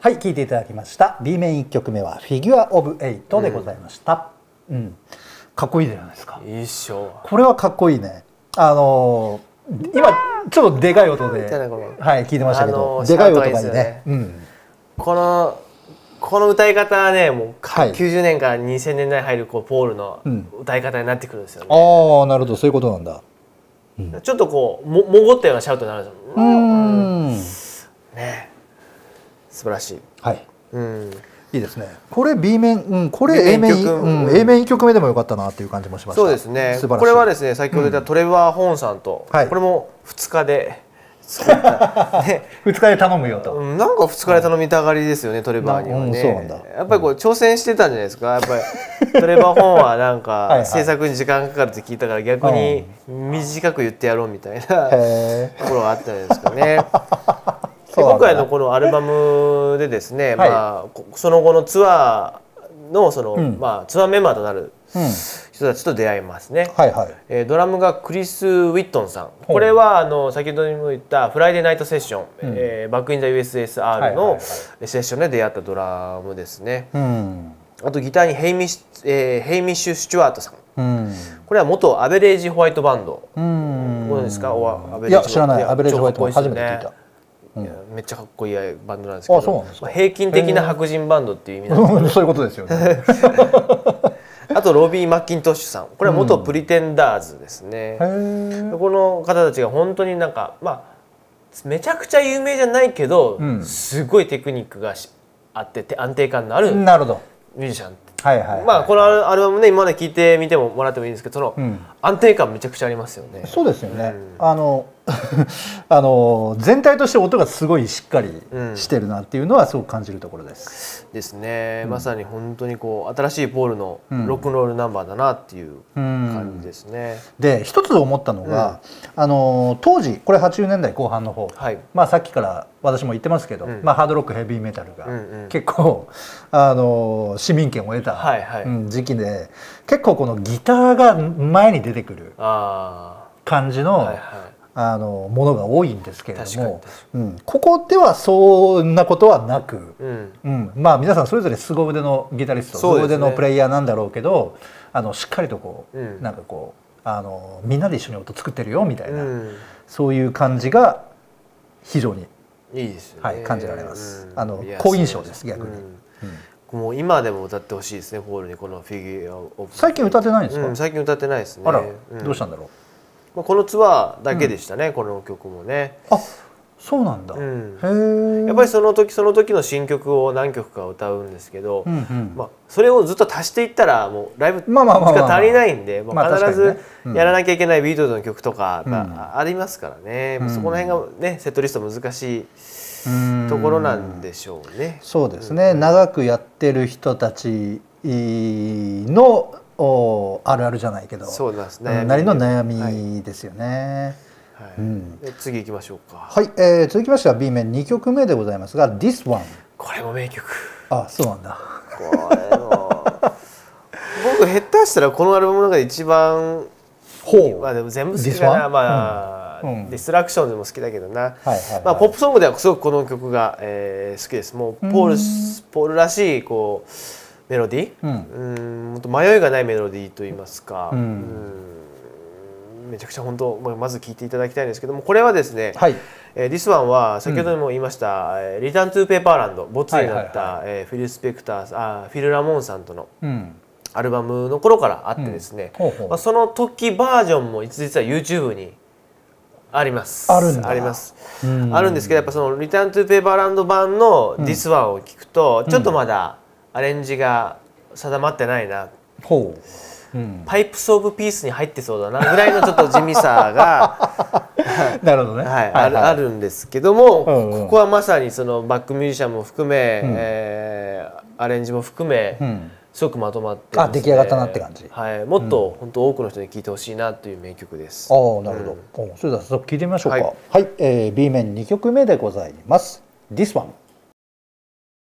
はい聞いていただきました B 面1曲目は「フィギュア・オブ・エイト」でございました、うんかっこいいじゃないですかいいっしょこれはかっこいいねあのー今ちょっとでかい音でみたいなことはい聞いてましたけど、あのーでかい音がいいねシャウトがいいですうん、このこの歌い方はねもうかはい90年から2000年代入るこうポールのうん歌い方になってくるんですよね、ああなるほどそういうことなんだちょっとこうももごったようなシャウトになるんですようーんね素晴らしいはいうんいいですねこれ B 面、うん、こ B 面れ A 面一曲うんうん A 面1曲目でもよかったなっていう感じもしましたそうですね素晴らしいこれはですね先ほど言ったトレバー・ホーンさんと、はいこれも2日で 作った、ね2日で頼むよと、うんなんか2日で頼みたがりですよね、トレバーにはうんね、そうなんだやっぱりこう挑戦してたんじゃないですかやっぱ りトレバー・ホーンはなはいはんかい制作に時間かかるって聞いたから逆に短く言ってやろうみたいなとへえころがあったんじゃないですかね。 そでうなん今だ回のこのアルバムでですね、はいまあ、こその後のツアーのその、んまあ、ツアーメンバーとなるうん人たちと出会いますね。はいはいえードラムがクリス・ウィットンさんこれはあの先ほども言った「フライデーナイトセッション」えーバック・イン・ザ・はい USSR」はいはのいセッションで出会ったドラムですねうんあとギターにヘイミッシュ、えーヘイミッシュ・スチュワートさんうんこれは元アベレージ・ホワイトバンドうんご存知ですかおわアベいレーやジ知らないアベレージホワイト超もかっ初こめてで聞いすよねたいやめっちゃかっこいいバンドなんですけどあそうなんですかまあ平均的な白人バンドっていう意味なんですうん そういうことですよ ねあとロビー・マッキントッシュさんこれは元プリテンダーズですへね、えこの方たちが本当になんかまあめちゃくちゃ有名じゃないけど、うんすごいテクニックがしあってて安定感のあるミなるほどュージシャン、はいはい、はい、まあこのアルアルバムね今まで聴いてみてももらってもいいんですけどその、うん安定感めちゃくちゃありますよね。そうですよね、あの あの全体として音がすごいしっかりしてるなっていうのはすごく感じるところです、ですね、まさに本当にこう新しいポールのうんロックンロールナンバーだなっていううん感じですね。で一つ思ったのが、あの当時これ80年代後半の方、はいまあ、さっきから私も言ってますけど、んまあ、ハードロックヘビーメタルうがんうん結構、あの市民権を得た、はいはいうん時期で結構このギターが前に出てくるあ感じの,、あはいはあのものが多いんですけれ確どかにも確か、うん、ここではそんなことはなく。い。うんうん、まあ皆さんそれぞれ凄腕のギタリストそう凄ですね腕のプレイヤーなんだろうけどあのしっかりとこう、うんなんかこうあのみんなで一緒に音作ってるよみたいうな、ん、そういう感じが非常に、いいですよね。はい、感じられます、うんあのいや好印象ですそう逆に、うんうんもう今でも歌ってほしいですねホールにこのフィギュアオブ最近歌ってないんですか、うん、最近歌ってないですねあら、んどうしたんだろうまあ、このツアーだけでしたね、この曲もねあそうなんだ、うんへえやっぱり、りその時その時の新曲を何曲か歌うんですけど、うんうんまあ、それをずっと足していったらもうライブまあまあまあまあが足りないんで、まあもう必確ずかにねうんやらなきゃいけないビートルズの曲とかうんがありますからね、うんそこら辺がねセットリスト難しいうんところなんでしょうね。そうですね、長くやってる人たちのおあるあるじゃないけどそうなんですうんなりの悩はいみですよね。はいうんで次行きましょうか、はい、えー続きましては B 面2曲目でございますが「This One これも名曲」あそうなんだこれも僕下手したらこのアルバムの中で一番ほうまあでも全部好き This だ one？なまあ、うんうんディストラクションズも好きだけどな、はいはいまあ、ポップソングではすごくこの曲が、えー好きですもうポールポールらしいこうメロディーうんーんもっと迷いがないメロディーといいますか、うんうんめちゃくちゃ本当まあまず聴いていただきたいんですけどもこれはですね、はいえー、This One は先ほども言いました「リターン・トゥ・ペーパーランド」ボツになった、はいえーフィル・スペクターあフィル・ラモンさんとのうんアルバムの頃からあってですね、うんほうほうまあ、その時バージョンも実は YouTube にありますあるんだります、うんあるんですけどやっぱその「リターン・トゥ・ペーパーランド」版の「This One」を聞くと、ちょっとまだアレンジが定まってないなほう、うん、パイプス・オブ・ピースに入ってそうだなぐらいのちょっと地味さがなるほどねはい、あるあるんですけども、うんうんここはまさにそのバックミュージシャンも含め、うんえーアレンジも含め、うんすごくまとまってまあすね出来上がったなって感じはい、もっと本当多くの人に聴いてほしいなという名曲ですああなるほど、おそれでは早速聞いてみましょうかはい、えー B 面2曲目でございます「This One」